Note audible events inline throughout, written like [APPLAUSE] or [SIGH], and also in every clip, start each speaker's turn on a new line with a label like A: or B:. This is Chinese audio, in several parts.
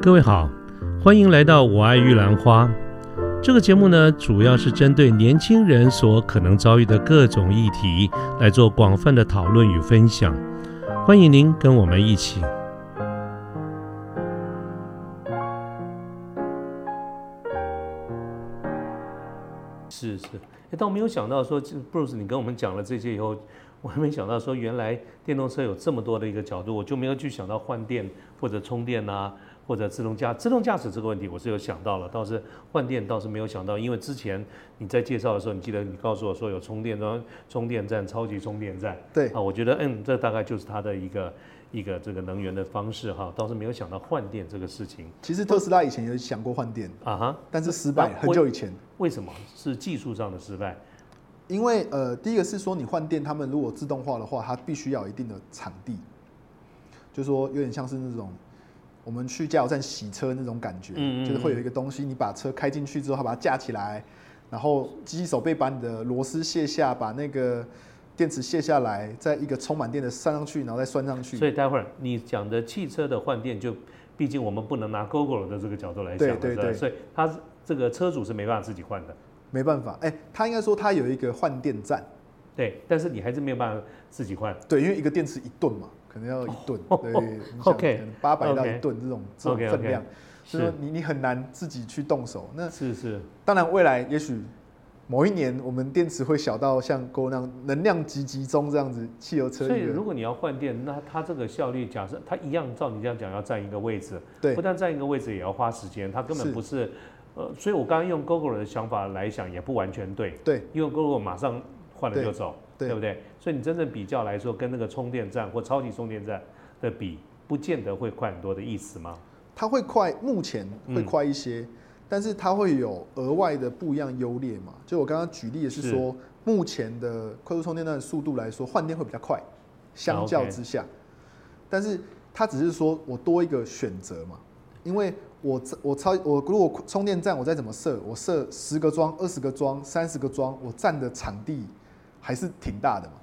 A: 各位好，欢迎来到《我爱玉兰花》这个节目呢，主要是针对年轻人所可能遭遇的各种议题来做广泛的讨论与分享。欢迎您跟我们一起。是是，哎，倒没有想到说这，Bruce，你跟我们讲了这些以后，我还没想到说，原来电动车有这么多的一个角度，我就没有去想到换电或者充电啊，或者自动驾自动驾驶这个问题，我是有想到了，倒是换电倒是没有想到，因为之前你在介绍的时候，你记得你告诉我说有充电桩、充电站、超级充电站，
B: 对
A: 啊，我觉得嗯，这大概就是它的一个一个这个能源的方式哈，倒是没有想到换电这个事情
B: 其实特斯拉以前有想过换电，
A: 啊哈，
B: 但是失
A: 那
B: 败，
A: 我
B: 很久以前。
A: 为什么是技术上的失败？
B: 因为呃，第一个是说你换电，他们如果自动化的话，它必须要有一定的场地，就说有点像是那种我们去加油站洗车那种感觉，
A: 嗯嗯嗯
B: 就是会有一个东西，你把车开进去之后，它把它架起来，然后机器手背把你的螺丝卸下，把那个电池卸下来，在一个充满电的上上去，然后再拴上去。
A: 所以待会儿你讲的汽车的换电，就毕竟我们不能拿 GoGo 的这个角度来讲了，
B: 对对
A: 是吧
B: 对
A: 所以它这个车主是没办法自己换的，
B: 没办法，哎、它应该说它有一个换电站，
A: 对，但是你还是没有办法自己换。
B: 对，因为一个电池一吨嘛，可能要一吨，对，你想
A: 哦 OK，
B: 可能八百到
A: OK
B: 一吨这种这种
A: OK，OK
B: 分量，所以
A: 是
B: 说你你很难自己去动手。那
A: 是是，
B: 当然，未来也许某一年我们电池会小到像 Go 那样能量集集中这样子，汽油车
A: 所以
B: 一个
A: 如果你要换电，那它这个效率，假设它一样照你这样讲要占一个位置，
B: 对
A: 不但占一个位置也要花时间，它根本
B: 是
A: 不是，呃，所以我刚刚用 GoGo 的想法来想也不完全对，
B: 对
A: 因为 GoGo 马上换了
B: 对
A: 就走，
B: 对
A: 不对？所以你真正比较来说，跟那个充电站或超级充电站的比，不见得会快很多的意思吗？
B: 它会快，目前会快一
A: 嗯
B: 些，但是它会有额外的不一样优劣嘛。就我刚刚举例的是
A: 是
B: 说，目前的快速充电站的速度来说，换电会比较快，相较
A: 啊 OK
B: 之下，但是它只是说我多一个选择嘛，因为我这我超我如果充电站我再怎么设，我设十个桩、二十个桩、三十个桩，我占的场地还是挺大的嘛。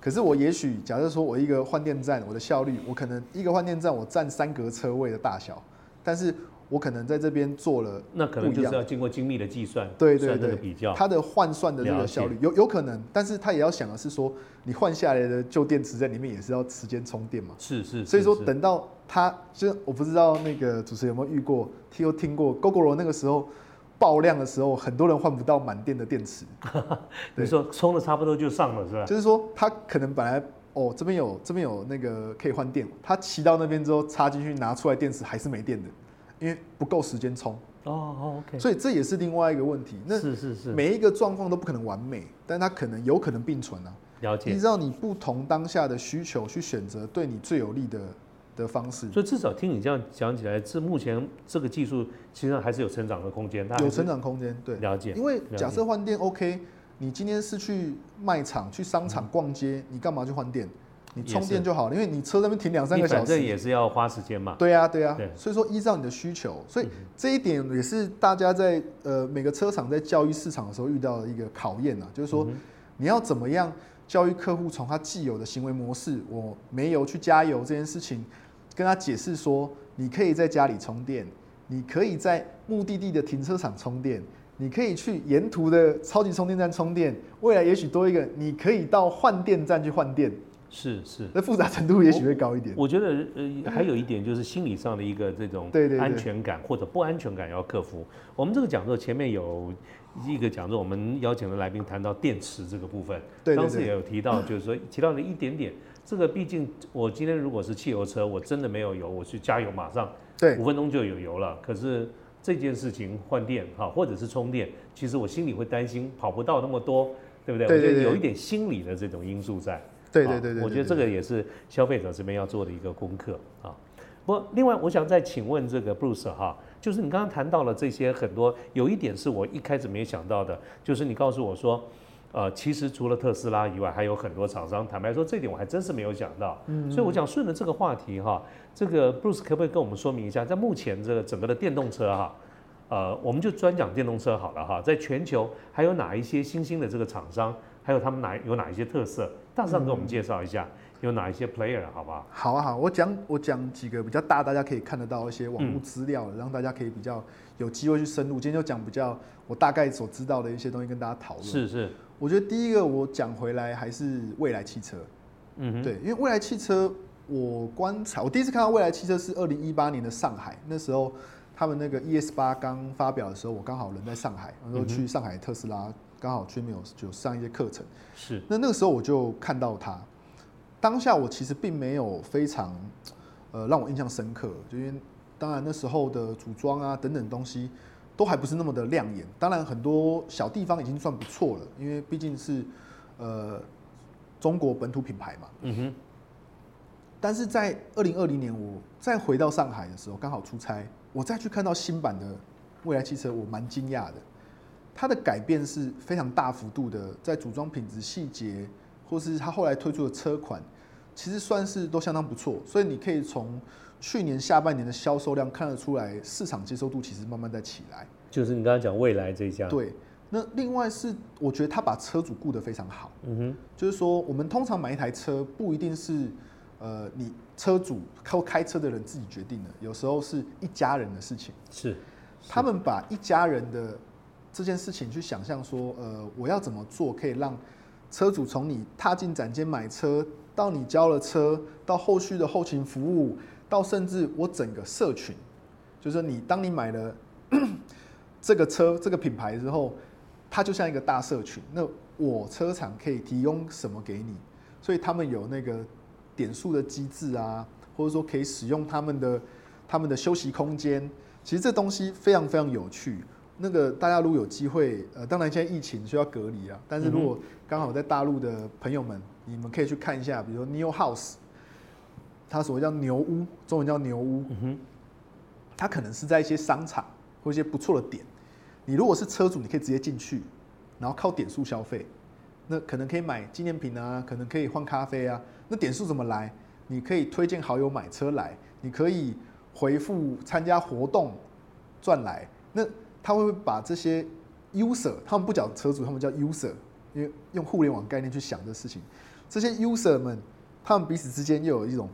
B: 可是我也许假设说我一个换电站，我的效率，我可能一个换电站我占三格车位的大小，但是我可能在这边做了
A: 那可能
B: 不
A: 就
B: 一
A: 是
B: 样
A: 要经过精密的计算，
B: 对
A: 算
B: 对
A: 这
B: 对
A: 个比较，
B: 它的换算的这个效率有有可能，但是它也要想的是说，你换下来的旧电池在里面也是要时间充电嘛。
A: 是是，
B: 所
A: 是
B: 以说
A: 是
B: 等到它，就是我不知道那个主持人有没有遇过，听有听过 GoGo 那个时候爆量的时候，很多人换不到满电的电池，
A: 你说充的差不多就上了是吧？
B: 就是说他可能本来哦这边有这边有那个可以换电，他骑到那边之后插进去拿出来电池还是没电的，因为不够时间充，
A: 哦哦，OK，
B: 所以这也是另外一个问题。那
A: 是是是，
B: 每一个状况都不可能完美，但它可能有可能并存啊。
A: 了解
B: 依。照你不同当下的需求去选择对你最有利的的方式。
A: 所以至少听你这样讲起来，至目前这个技术其实还是有成长的空间，它还
B: 有
A: 是
B: 成长空间，对，
A: 了解
B: 因为
A: 了解
B: 假设换电 OK，你今天是去卖场、去商场逛街，你干嘛去换电？你充
A: 嗯也是
B: 电就好了，因为你车那边停两三
A: 你
B: 个小
A: 反正
B: 时。
A: 也是要花时间嘛。
B: 对啊，对啊
A: 对，嗯
B: 所以说依照你的需求，所以这一点也是大家在呃每个车厂在教育市场的时候遇到的一个考验啊，就
A: 嗯
B: 是说你要怎么样教育客户从他既有的行为模式，我没油去加油这件事情，跟他解释说，你可以在家里充电，你可以在目的地的停车场充电，你可以去沿途的超级充电站充电，未来也许多一个，你可以到换电站去换电，
A: 是是，
B: 那复杂程度也许会高一点。
A: 我觉得呃还有一点就是心理上的一个这种
B: 对对对
A: 安全感或者不安全感要克服。我们这个讲座前面有一个讲座，我们邀请的来宾谈到电池这个部分，
B: 对对
A: 当时
B: 对
A: 也有提到，就是说提到了一点点。这个毕竟我今天如果是汽油车，我真的没有油，我去加油马上
B: 对
A: 五分钟就有油了。可是这件事情换电哈，或者是充电，其实我心里会担心跑不到那么多，对不对？
B: 对对
A: 我觉
B: 对
A: 得有一点心理的这种因素在。
B: 对
A: 啊
B: 对对对，
A: 我觉得
B: 对
A: 这个也是消费者这边要做的一个功课啊。不过，另外我想再请问这个 Bruce 哈、就是你刚刚谈到了这些很多，有一点是我一开始没想到的，就是你告诉我说，呃，其实除了特斯拉以外，还有很多厂商。坦白说，这点我还真是没有想到。嗯，所以我想顺着这个话题哈、这个 Bruce 可不可以跟我们说明一下，在目前这个整个的电动车哈、呃，我们就专讲电动车好了哈，在全球还有哪一些新兴的这个厂商，还有他们哪有哪一些特色，大致上给我们介绍一下，有哪一些 player，好不好？
B: 好啊好，我讲我讲几个比较大，大家可以看得到一些网络资料，让大家可以比较有机会去深入。今天就讲比较我大概所知道的一些东西跟大家讨论。
A: 是是，
B: 我觉得第一个我讲回来还是未来汽车，
A: 嗯哼，
B: 对，因为未来汽车我观察，我第一次看到未来汽车是二零一八年的上海，那时候他们那个 ES 八刚发表的时候，我刚好人在上海，那时候去上海特斯拉，刚好去没有就上一些课程。
A: 是，
B: 那那个时候我就看到他，当下我其实并没有非常呃让我印象深刻，就因为当然那时候的组装啊等等东西都还不是那么的亮眼，当然很多小地方已经算不错了，因为毕竟是呃中国本土品牌嘛。
A: 嗯哼，
B: 但是在二零二零年我再回到上海的时候，刚好出差，我再去看到新版的未来汽车，我蛮惊讶的。它的改变是非常大幅度的，在组装品质细节，或是它后来推出的车款，其实算是都相当不错。所以你可以从去年下半年的销售量看得出来，市场接受度其实慢慢在起来。
A: 就是你刚刚讲未来这一家，，
B: 对，那另外是我觉得他把车主顾得非常好。
A: 嗯哼，
B: 就是说，我们通常买一台车，不一定是呃你车主靠开车的人自己决定的，有时候是一家人的事情。
A: 是，
B: 他们把一家人的这件事情去想象说，呃，我要怎么做可以让车主从你踏进展间买车，到你交了车，到后续的后勤服务，到甚至我整个社群，就是你当你买了 [COUGHS] 这个车这个品牌之后，它就像一个大社群。那我车厂可以提供什么给你？所以他们有那个点数的机制啊，或者说可以使用他们的他们的休息空间。其实这东西非常非常有趣。那个大家如果有机会，呃，当然现在疫情需要隔离啊，但是如
A: 嗯
B: 果刚好在大陆的朋友们，你们可以去看一下，比如说 New House，它所谓叫牛屋，中文叫牛屋，
A: 嗯哼，
B: 它可能是在一些商场或一些不错的点。你如果是车主，你可以直接进去，然后靠点数消费，那可能可以买纪念品啊，可能可以换咖啡啊。那点数怎么来？你可以推荐好友买车来，你可以回复参加活动赚来。那他会把这些 user，他们不讲车主，他们叫 user，因为用互联网概念去想这事情。这些 user 们，他们彼此之间又有一种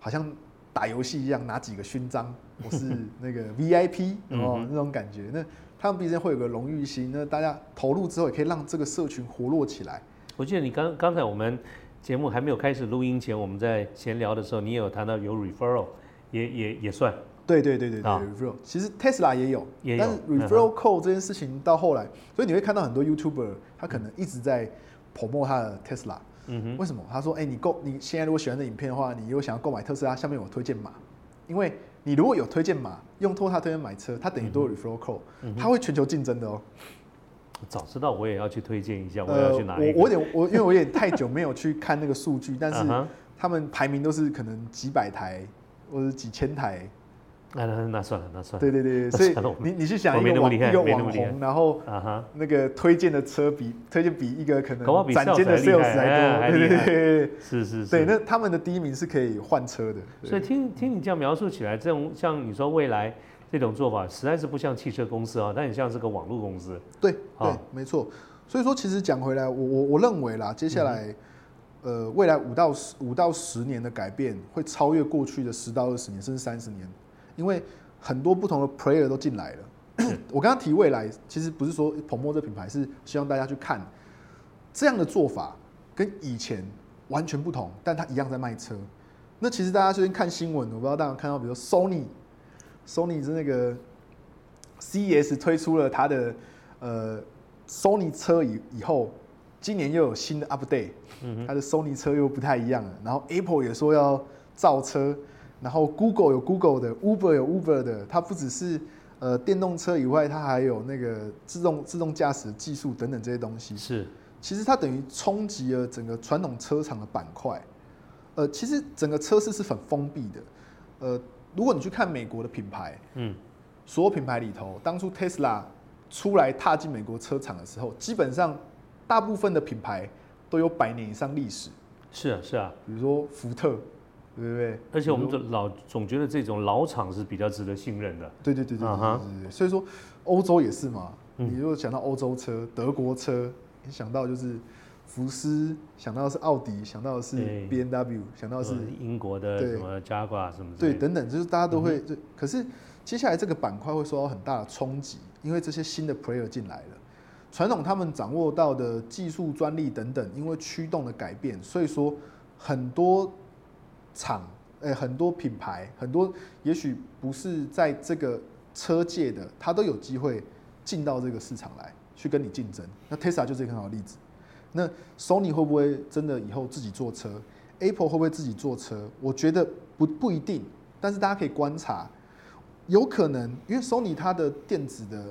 B: 好像打游戏一样，拿几个勋章，我是那个 [LAUGHS] VIP
A: 嗯
B: 哦
A: 哼
B: 那种感觉。那他们彼此间会有个荣誉心，那大家投入之后，也可以让这个社群活络起来。
A: 我记得你刚刚才我们节目还没有开始录音前，我们在闲聊的时候，你也有谈到有 referral，也也也算，
B: 对对对对对、
A: 啊
B: r e f e r r a l 其实 Tesla 也有，
A: 也有
B: 但是
A: 嗯
B: referral code 这件事情到后来，所以你会看到很多 YouTuber 他可能一直在 promote 他的 Tesla，
A: 嗯哼，
B: 为什么？他说：“哎、你购你现在如果喜欢这影片的话，你如果想要购买特斯拉，下面有推荐码，因为你如果有推荐码，用托他推荐买车，他等于
A: 嗯
B: 都有 referral code，、他会全球竞争的哦。
A: 早知道我也要去推荐一下，呃我也要去拿一
B: 呃我
A: 个，
B: 我有点我因为我有点太久没有去看那个数据，但
A: 嗯
B: 是
A: 哼
B: 他们排名都是可能几百台或者几千台
A: 那那那算了，那算了，
B: 对
A: [LAUGHS]
B: 对对，对所以
A: 算了我
B: 你你去想
A: 我
B: 一
A: 没
B: 个
A: 那么
B: 网
A: 厉害
B: 一个
A: 没那么
B: 网
A: 厉害
B: 红，然后
A: 啊哈，
B: 那个推荐的车比推荐比一个可
A: 搞不好
B: 能
A: 比
B: 展间的
A: sales
B: sales
A: 还厉害
B: 还
A: 哎
B: 多，对对
A: 还
B: 对对
A: 是是
B: 对，
A: 是，
B: 对那他们的第一名是可以换车的，对
A: 所以听听你这样描述起来，这种像你说未来这种做法，实在是不像汽车公司啊，它很像是个网络公司。
B: 对
A: 好
B: 对，没错。所以说，其实讲回来，我我我认为啦，接下来，呃，未来五到十五到十年的改变会超越过去的十到二十年，甚至三十年，因为很多不同的 player 都进来了。 [COUGHS] 我刚刚提未来，其实不是说彭博这品牌，是希望大家去看这样的做法跟以前完全不同，但它一样在卖车。那其实大家最近看新闻，我不知道大家有看到，比如说 Sony，Sony 是那个 CES 推出了它的呃 Sony 车以以后，今年又有新的 update，它的 Sony 车又不太一样了。然后 Apple 也说要造车，然后 Google 有 Google 的，Uber 有 Uber 的，它不只是呃电动车以外，它还有那个自动自动驾驶技术等等这些东西。
A: 是，
B: 其实它等于冲击了整个传统车厂的板块。呃，其实整个车市是很封闭的。呃，如果你去看美国的品牌，
A: 嗯，
B: 所有品牌里头，当初 Tesla 出来踏进美国车厂的时候，基本上大部分的品牌都有百年以上历史，
A: 是啊，是啊。
B: 比如说福特，对不对？
A: 而且我们
B: 比
A: 总老总觉得这种老厂是比较值得信任的。
B: 如对对对对对
A: 啊
B: 对
A: 哈
B: 对对，所以说欧洲也是嘛。你如果想到欧洲车、德国车，你想到就是福斯，想到的是奥迪，想到的是
A: 对
B: B N W，想到的是
A: 呃英国的
B: 对
A: 什么 Jaguar 什么之
B: 对
A: 类的，嗯
B: 等等，就是大家都会。就可是接下来这个板块会受到很大的冲击，因为这些新的 player 进来了，传统他们掌握到的技术、专利等等，因为驱动的改变，所以说很多厂、呃、很多品牌、很多也许不是在这个车界的，他都有机会进到这个市场来去跟你竞争。那 Tesla 就是一个很好的例子。那 Sony 会不会真的以后自己做车？Apple 会不会自己做车？我觉得不不一定，但是大家可以观察，有可能因为 Sony 它的电子的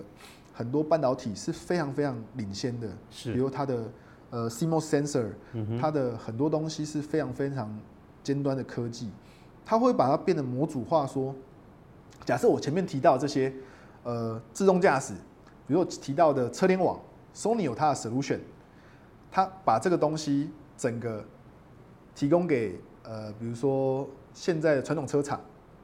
B: 很多半导体是非常非常领先的，比
A: 是，
B: 如它的呃 CMOS sensor，
A: 嗯哼，
B: 它的很多东西是非常非常尖端的科技，它会把它变得模组化说假设我前面提到这些呃自动驾驶，比如我提到的车联网，Sony 有它的 solution，它把这个东西整个提供给呃，比如说现在的传统车厂，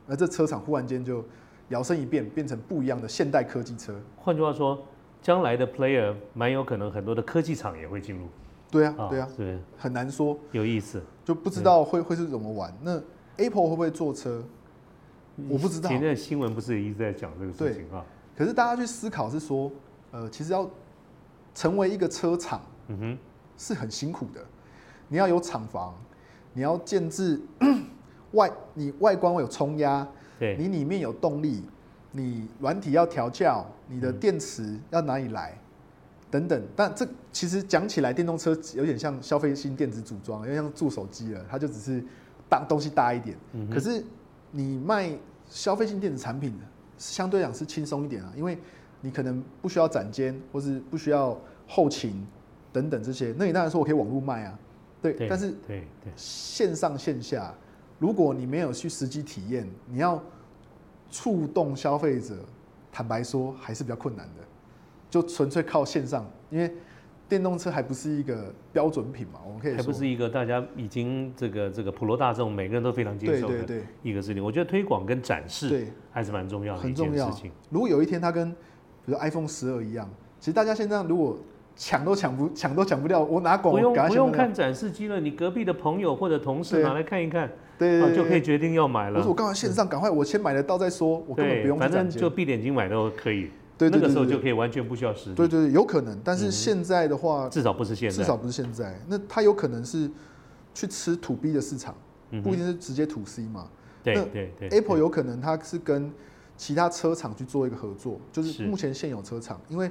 B: 那这车厂忽然间就摇身一变，变成不一样的现代科技车。
A: 换句话说，将来的 player 蛮有可能很多的科技厂也会进入，
B: 对啊，对啊，
A: 是不是
B: 很难说。
A: 有意思？
B: 就不知道会会是怎么玩。那 Apple 会不会坐车？
A: 嗯
B: 我不知道
A: 前阵新闻不是一直在讲这个事情啊？
B: 可是大家去思考是说，呃，其实要成为一个车厂
A: 嗯哼，
B: 是很辛苦的，你要有厂房，你要建制外，你外观有冲压，
A: 对，
B: 你里面有动力，你软体要调教，你的电池要哪里来，等等。但这其实讲起来，电动车有点像消费性电子组装，有点像做手机了，它就只是大东西大一点。
A: 嗯
B: 可是你卖消费性电子产品，相对讲是轻松一点啊，因为你可能不需要展间，或是不需要后勤等等这些。那你当然说我可以网络卖啊，对，
A: 对，
B: 但是
A: 对对
B: 线上线下，如果你没有去实际体验，你要触动消费者，坦白说还是比较困难的。就纯粹靠线上，因为电动车还不是一个标准品嘛，我们可以
A: 还
B: 说
A: 不是一个大家已经这个这个普罗大众每个人都非常接
B: 对
A: 受
B: 对
A: 的
B: 对
A: 一个事情。我觉得推广跟展示
B: 对，
A: 还是蛮重要的一
B: 很
A: 件
B: 重要
A: 事情。。
B: 如果有一天它跟比如 iPhone 十二一样，其实大家现在如果抢都抢不抢都抢不掉，我拿广
A: 不用
B: 赶快
A: 不
B: 先
A: 用
B: 拿
A: 看展示机了，你隔壁的朋友或者同事
B: 对
A: 拿来看一看，
B: 对
A: 啊
B: 对
A: 就可以
B: 对
A: 决定要买
B: 我说
A: 了
B: 我。刚好线上赶快，我先买得到再说，我根本不
A: 对，
B: 用去
A: 反正
B: 展间
A: 就闭着眼睛买都可以。
B: 对对对
A: 那个时候
B: 对
A: 就可以完全不需要实
B: 对
A: 力，
B: 对对，有可能，但是
A: 嗯
B: 现在的话，
A: 至少不是现
B: 至
A: 在。
B: 少不是现在。那它有可能是去吃土 B 的市场，
A: 嗯
B: 不
A: 哼，
B: 一定是直接土 C 嘛。
A: 对
B: 那
A: 对对
B: Apple 有可能它是跟其他车厂去做一个合作，就是
A: 是
B: 目前现有车厂，因为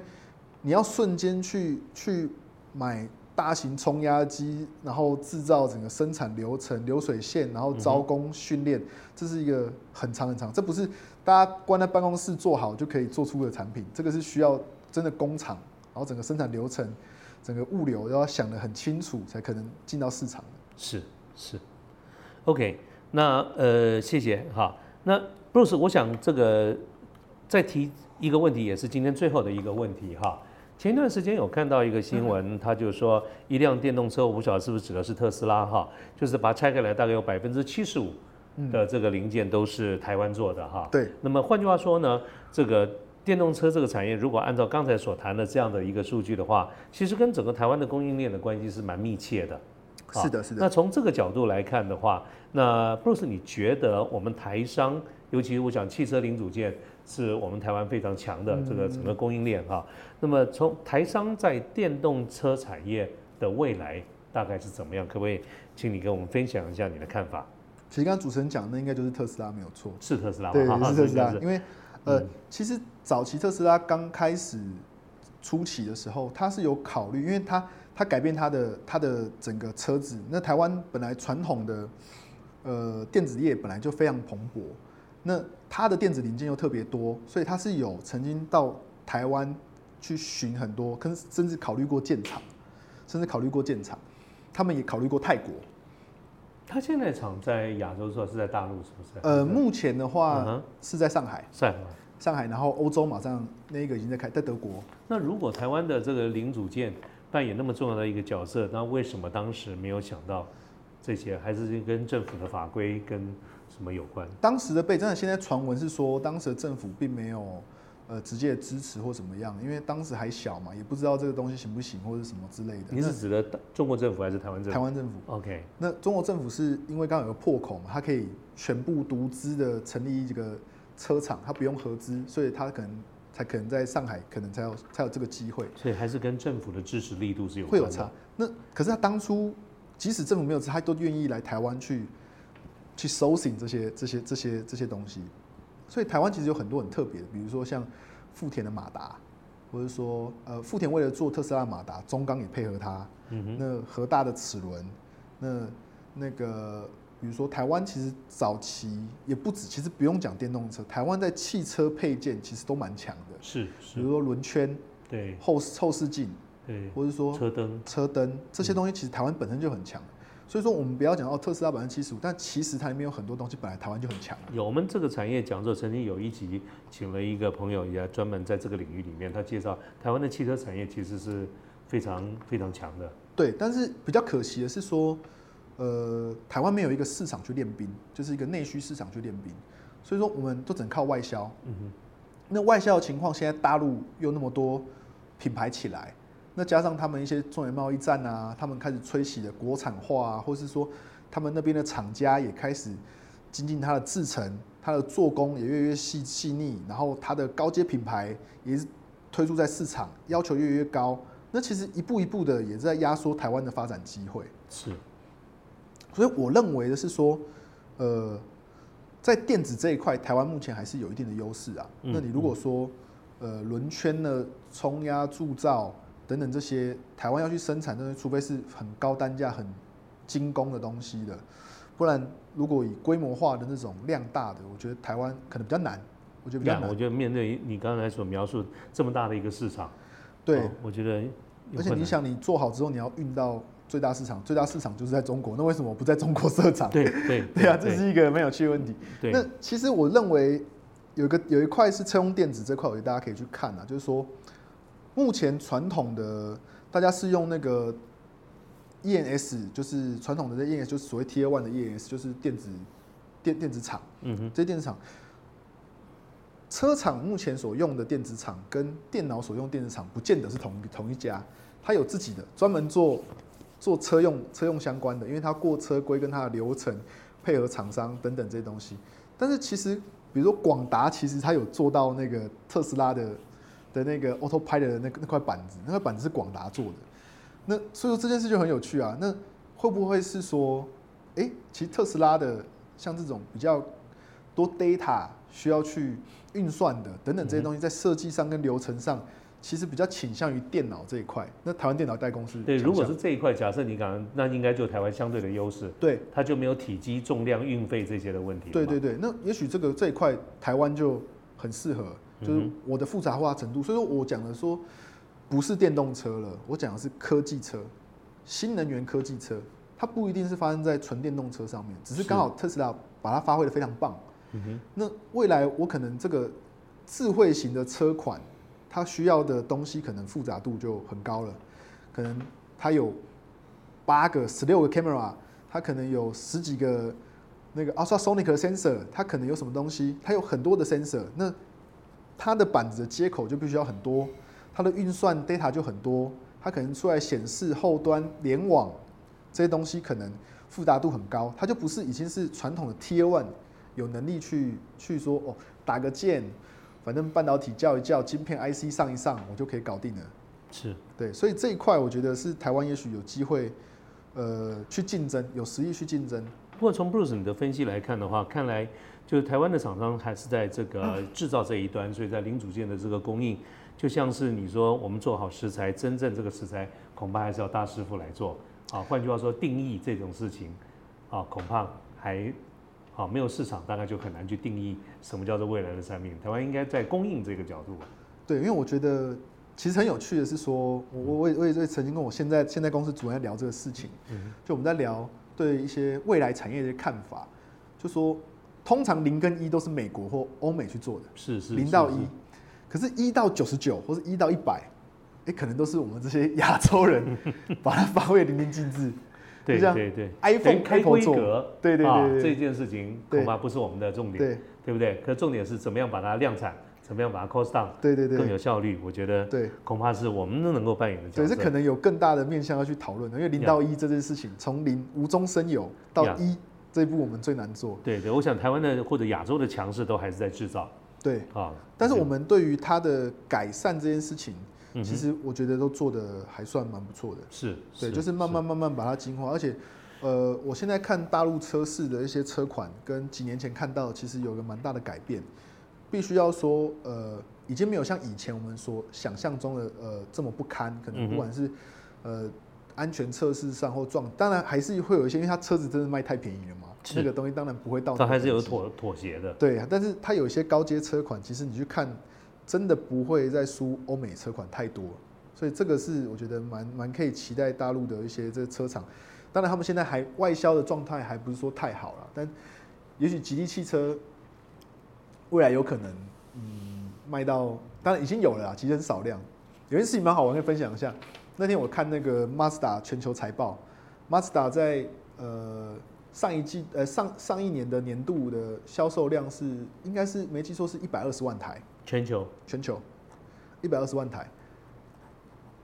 B: 你要瞬间去去买大型冲压机，然后制造整个生产流程、流水线，然后招工训练，这是一个很长很长，这不是大家关在办公室做好就可以做出的产品，这个是需要真的工厂，然后整个生产流程、整个物流要想得很清楚，才可能进到市场的。
A: 是是，OK，那呃，谢谢哈。那 Bruce，我想这个再提一个问题，也是今天最后的一个问题哈。前一段时间有看到一个新闻，他就说一辆电动车，我不晓得是不是指的是特斯拉哈，就是把它拆开来，大概有百分之七十五
B: 嗯
A: 的这个零件都是台湾做的哈。
B: 对，
A: 那么换句话说呢，这个电动车这个产业，如果按照刚才所谈的这样的一个数据的话，其实跟整个台湾的供应链的关系是蛮密切的。好
B: 是的，是的。
A: 那从这个角度来看的话，那 Bruce，你觉得我们台商，尤其我想汽车零组件是我们台湾非常强的这个整
B: 嗯
A: 个供应链哈、那么从台商在电动车产业的未来大概是怎么样？可不可以请你跟我们分享一下你的看法？
B: 其实刚刚主持人讲，那应该就是特斯拉没有错。
A: 是特斯拉吗？[LAUGHS]
B: 对，
A: 哈哈
B: 是特斯拉
A: 是，是嗯
B: 因为呃，其实早期特斯拉刚开始初期的时候，它是有考虑，因为它它改变它的它的整个车子。那台湾本来传统的呃电子业本来就非常蓬勃，那它的电子零件又特别多，所以它是有曾经到台湾去寻很多，跟甚至考虑过建厂，甚至考虑过建厂，他们也考虑过泰国。
A: 他现在厂在亚洲说是在大陆是不是？
B: 呃，目前的
A: 嗯
B: 话
A: 哼
B: 是在上海。
A: 算了。
B: 上海，然后欧洲马上那个已经在开，在德国。
A: 那如果台湾的这个零组件扮演那么重要的一个角色，那为什么当时没有想到这些？还是跟政府的法规跟什么有关？
B: 当时的备战，现在传闻是说，当时的政府并没有呃直接的支持或怎么样，因为当时还小嘛，也不知道这个东西行不行或者什么之类的。
A: 你是指的中国政府还是台湾
B: 那
A: 政
B: 台
A: 府
B: 湾政府，
A: ？OK，
B: 那中国政府是因为刚好有个破口嘛，它可以全部独资的成立这个车厂，它不用合资，所以它可能才可能在上海可能才有才有这个机会。
A: 所以还是跟政府的支持力度是有
B: 会有
A: 关的
B: 差。。那可是他当初即使政府没有，他都愿意来台湾去去搜寻这些这些这些这些东西。所以台湾其实有很多很特别的，比如说像富田的马达，或者说呃富田为了做特斯拉的马达，中钢也配合它。
A: 嗯哼，
B: 那和大的齿轮，那那个比如说台湾其实早期也不止，其实不用讲电动车，台湾在汽车配件其实都蛮强的，
A: 是
B: 比
A: 是，
B: 如说轮圈、
A: 对
B: 后后视镜，
A: 对，
B: 或者说
A: 车灯
B: 车灯这些东西，其实台湾本身就很强。所以说，我们不要讲哦，特斯拉百分之七十五，但其实它里面有很多东西本来台湾就很强。
A: 有，我们这个产业讲座曾经有一集，请了一个朋友，也专门在这个领域里面，他介绍台湾的汽车产业其实是非常非常强的。
B: 对，但是比较可惜的是说，呃，台湾没有一个市场去练兵，就是一个内需市场去练兵，所以说我们都只能靠外销。
A: 嗯哼，
B: 那外销的情况，现在大陆又那么多品牌起来，那加上他们一些中美贸易战啊，他们开始吹起了国产化啊，或是说他们那边的厂家也开始精进它的制程，它的做工也越来越细细腻，然后它的高阶品牌也是推出在市场，要求越来越高。那其实一步一步的也在压缩台湾的发展机会。
A: 是，
B: 所以我认为的是说，呃，在电子这一块，台湾目前还是有一定的优势啊。
A: 嗯
B: 那你如果说，呃，轮圈的冲压、铸造等等这些，台湾要去生产，那除非是很高单价、很精工的东西的，不然如果以规模化的那种量大的，我觉得台湾可能比较难，我觉得比较
A: 那我
B: 难。
A: 觉得面对你刚才所描述这么大的一个市场，
B: 对，
A: 哦我觉得有
B: 而且
A: 困
B: 你
A: 难
B: 想，你做好之后，你要运到最大市场，最大市场就是在中国，那为什么不在中国设厂？ [LAUGHS]
A: 对对
B: 对啊，这是一个没有趣的问题。
A: 对
B: 那其实我认为有一个有一块是车用电子这块，我觉得大家可以去看啊，就是说目前传统的大家是用那个 ENS，就是传统的 ENS，就是所谓 T A one 的 ENS，就是电子电电子厂，
A: 嗯哼，
B: 这些电子厂。车厂目前所用的电子厂跟电脑所用电子厂不见得是同一同一家，它有自己的专门做做车用车用相关的，因为它过车规跟它的流程配合厂商等等这些东西。但是其实，比如说广达，其实它有做到那个特斯拉的的那个 Autopilot 的那个那块板子，那块板子是广达做的。那所以说这件事就很有趣啊。那会不会是说，诶，其实特斯拉的像这种比较多 data 需要去运算的等等
A: 嗯
B: 这些东西，在设计上跟流程上，其实比较倾向于电脑这一块。那台湾电脑代工是
A: 对，
B: 强
A: 如果
B: 项
A: 是这一块，假设你讲，那应该就台湾相对的优势，
B: 对
A: 它就没有体积、重量、运费这些的问题。
B: 对，对对，那也许这个这一块台湾就很适合，就是
A: 嗯
B: 我的复杂化程度。所以说我讲的说不是电动车了，我讲的是科技车，新能源科技车，它不一定是发生在纯电动车上面，只是
A: 是
B: 刚好特斯拉把它发挥的非常棒。
A: 嗯哼，
B: 那未来我可能这个智慧型的车款，它需要的东西可能复杂度就很高了，可能它有八个、十六个 camera，它可能有十几个那个 ultrasonic 的 sensor，它可能有什么东西，它有很多的 sensor，那它的板子的接口就必须要很多，它的运算 data 就很多，它可能出来显示后端联网这些东西可能复杂度很高，它就不是已经是传统的 Tier One 有能力去去说哦打个键，反正半导体叫一叫，晶片 IC 上一上，我就可以搞定了。
A: 是。
B: 对，所以这一块我觉得是台湾也许有机会，呃，去竞争，有实力去竞争。
A: 不过从 Bruce 你的分析来看的话，看来就是台湾的厂商还是在这个
B: 嗯
A: 制造这一端，所以在零组件的这个供应，就像是你说我们做好食材，真正这个食材恐怕还是要大师傅来做啊。换句话说，定义这种事情啊，恐怕还啊没有市场，大概就很难去定义什么叫做未来的产品。台湾应该在供应这个角度，
B: 对，因为我觉得其实很有趣的是说，我我我也我也曾经跟我现在现在公司主任在聊这个事情，
A: 嗯
B: 就我们在聊对一些未来产业的看法，就说通常零跟一都是美国或欧美去做的，
A: 是是
B: 零到
A: 是
B: 一
A: 是，
B: 可是，一到九十九或是一到一百，哎，可能都是我们这些亚洲
A: [LAUGHS]
B: 人把它发挥得淋漓尽致。
A: 对
B: 就像
A: 对对
B: iPhone
A: 等于开
B: Apple
A: 规
B: 做
A: 格，
B: 对对对
A: 啊
B: 对对
A: 这件事情恐怕不是我们的重点。
B: 对
A: 对不对？可重点是怎么样把它量产，怎么样把它 cost down
B: 对对
A: 更
B: 对
A: 有效率，我觉得
B: 对
A: 恐怕是我们能够扮演的角
B: 对，这
A: 色。
B: 可能有更大的面向要去讨论的，因为零
A: Yeah
B: 到一这件事情，从零无中生有到
A: Yeah
B: 一这一步，我们最难做。
A: 对对，我想台湾的或者亚洲的强势都还是在制造
B: 对，
A: 啊，
B: 但是我们对于它的改善这件事情，
A: 嗯哼
B: 其实我觉得都做的还算蛮不错的。
A: 是
B: 对，就是慢慢慢慢把它精化，而且，呃，我现在看大陆车市的一些车款，跟几年前看到的其实有个蛮大的改变。必须要说，呃，已经没有像以前我们所想象中的呃这么不堪，可
A: 嗯
B: 能
A: 哼
B: 不管是、呃安全测试上或撞，当然还是会有一些，因为它车子真的卖太便宜了嘛，
A: 是
B: 那个东西当然不会到那
A: 它
B: 个
A: 还是有
B: 等级
A: 妥妥协的，
B: 对，但是它有一些高阶车款，其实你去看，真的不会再输欧美车款太多，所以这个是我觉得蛮蛮可以期待大陆的一些这个车厂。当然，他们现在还外销的状态还不是说太好了，但也许吉利汽车未来有可能，嗯，卖到当然已经有了啦，其实很少量。有件事情蛮好玩，可以分享一下。那天我看那个 Mazda 全球财报，Mazda 在呃上一季呃上上一年的年度的销售量是应该是没记错是一百二十万台，
A: 全球
B: 全球一百二十万台，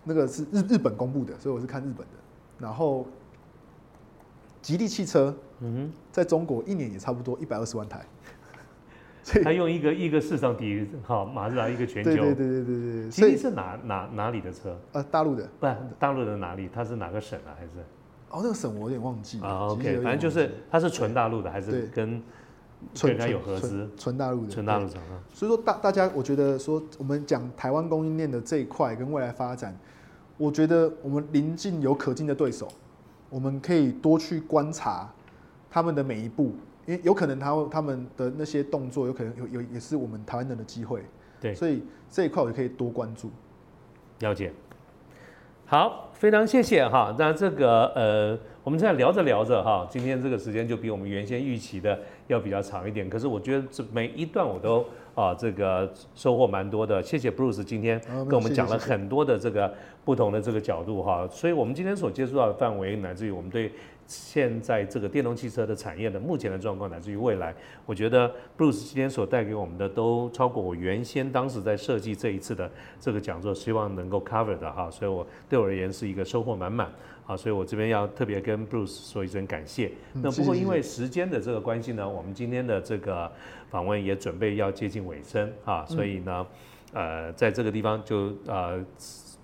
B: 那个是日日本公布的，所以我是看日本的。然后吉利汽车
A: 嗯
B: 在中国一年也差不多一百二十万台，所
A: 哼，
B: 以
A: 它用一个一个市场抵好马自达一个全
B: 对
A: 球，
B: 对对对对对，
A: 吉
B: 所
A: 利
B: 以
A: 是哪哪哪里的车？
B: 呃大陆的
A: 不，大陆的哪里？它是哪个省啊？还是
B: 哦那个省我有点忘记了
A: 啊
B: 其实有
A: ？OK，
B: 点
A: 反正就是
B: 忘记
A: 它是纯大陆的，还是
B: 对
A: 跟跟
B: 纯
A: 人家有合
B: 纯
A: 资
B: 纯？纯大陆的
A: 纯大陆厂商，
B: 所以说大大家，我觉得说我们讲台湾供应链的这一块跟未来发展，我觉得我们临近有可敬的对手，我们可以多去观察他们的每一步，因为有可能他会他们的那些动作，有可能有有也是我们台湾人的机会，
A: 对，
B: 所以这一块我就可以多关注。
A: 了解。好，非常谢谢哈。那这个呃，我们现在聊着聊着哈，今天这个时间就比我们原先预期的要比较长一点。可是我觉得这每一段我都啊，这个收获蛮多的。谢谢 Bruce 今天
B: 啊没有
A: 跟我们
B: 谢谢
A: 讲了
B: 谢谢
A: 很多的这个不同的这个角度哈。所以我们今天所接触到的范围，乃至于我们对现在这个电动汽车的产业的目前的状况，乃至于未来，我觉得 Bruce 今天所带给我们的都超过我原先当时在设计这一次的这个讲座，希望能够 cover 的哈，所以我对我而言是一个收获满满啊，所以我这边要特别跟 Bruce 说一声感谢。
B: 嗯
A: 那不
B: 谢谢
A: 过
B: 谢谢
A: 因为时间的这个关系呢，我们今天的这个访问也准备要接近尾声啊，
B: 嗯
A: 所以呢，呃，在这个地方就呃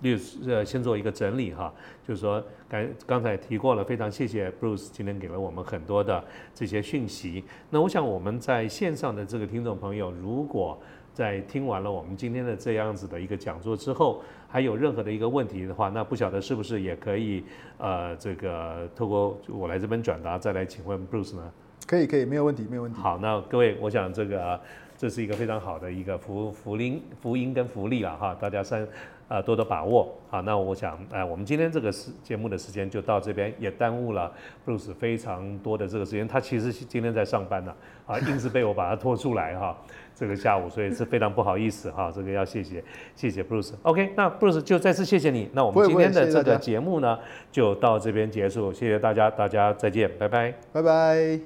A: 略呃先做一个整理哈，就是说刚刚才提过了，非常谢谢 Bruce 今天给了我们很多的这些讯息。那我想我们在线上的这个听众朋友，如果在听完了我们今天的这样子的一个讲座之后，还有任何的一个问题的话，那不晓得是不是也可以，呃，这个透过我来这边转达，再来请问 Bruce 呢？
B: 可以可以，没有问题没有问题。
A: 好，那各位，我想这个、啊这是一个非常好的一个福福音福音跟福利了哈，大家三啊、呃多多把握。好，那我想哎、呃我们今天这个时节目的时间就到这边，也耽误了 Bruce 非常多的这个时间。他其实是今天在上班呢、
B: [LAUGHS]
A: 啊，硬是被我把他拖出来哈、这个下午，所以是非常不好意思哈、这个要谢谢谢谢 Bruce。OK，那 Bruce 就再次谢谢你。那我
B: 不
A: 们
B: 会
A: 今
B: 不会
A: 天的
B: 谢
A: 这
B: 谢大
A: 个
B: 家
A: 节目呢，就到这边结束，谢谢大家，大家再见，拜拜。
B: 拜拜。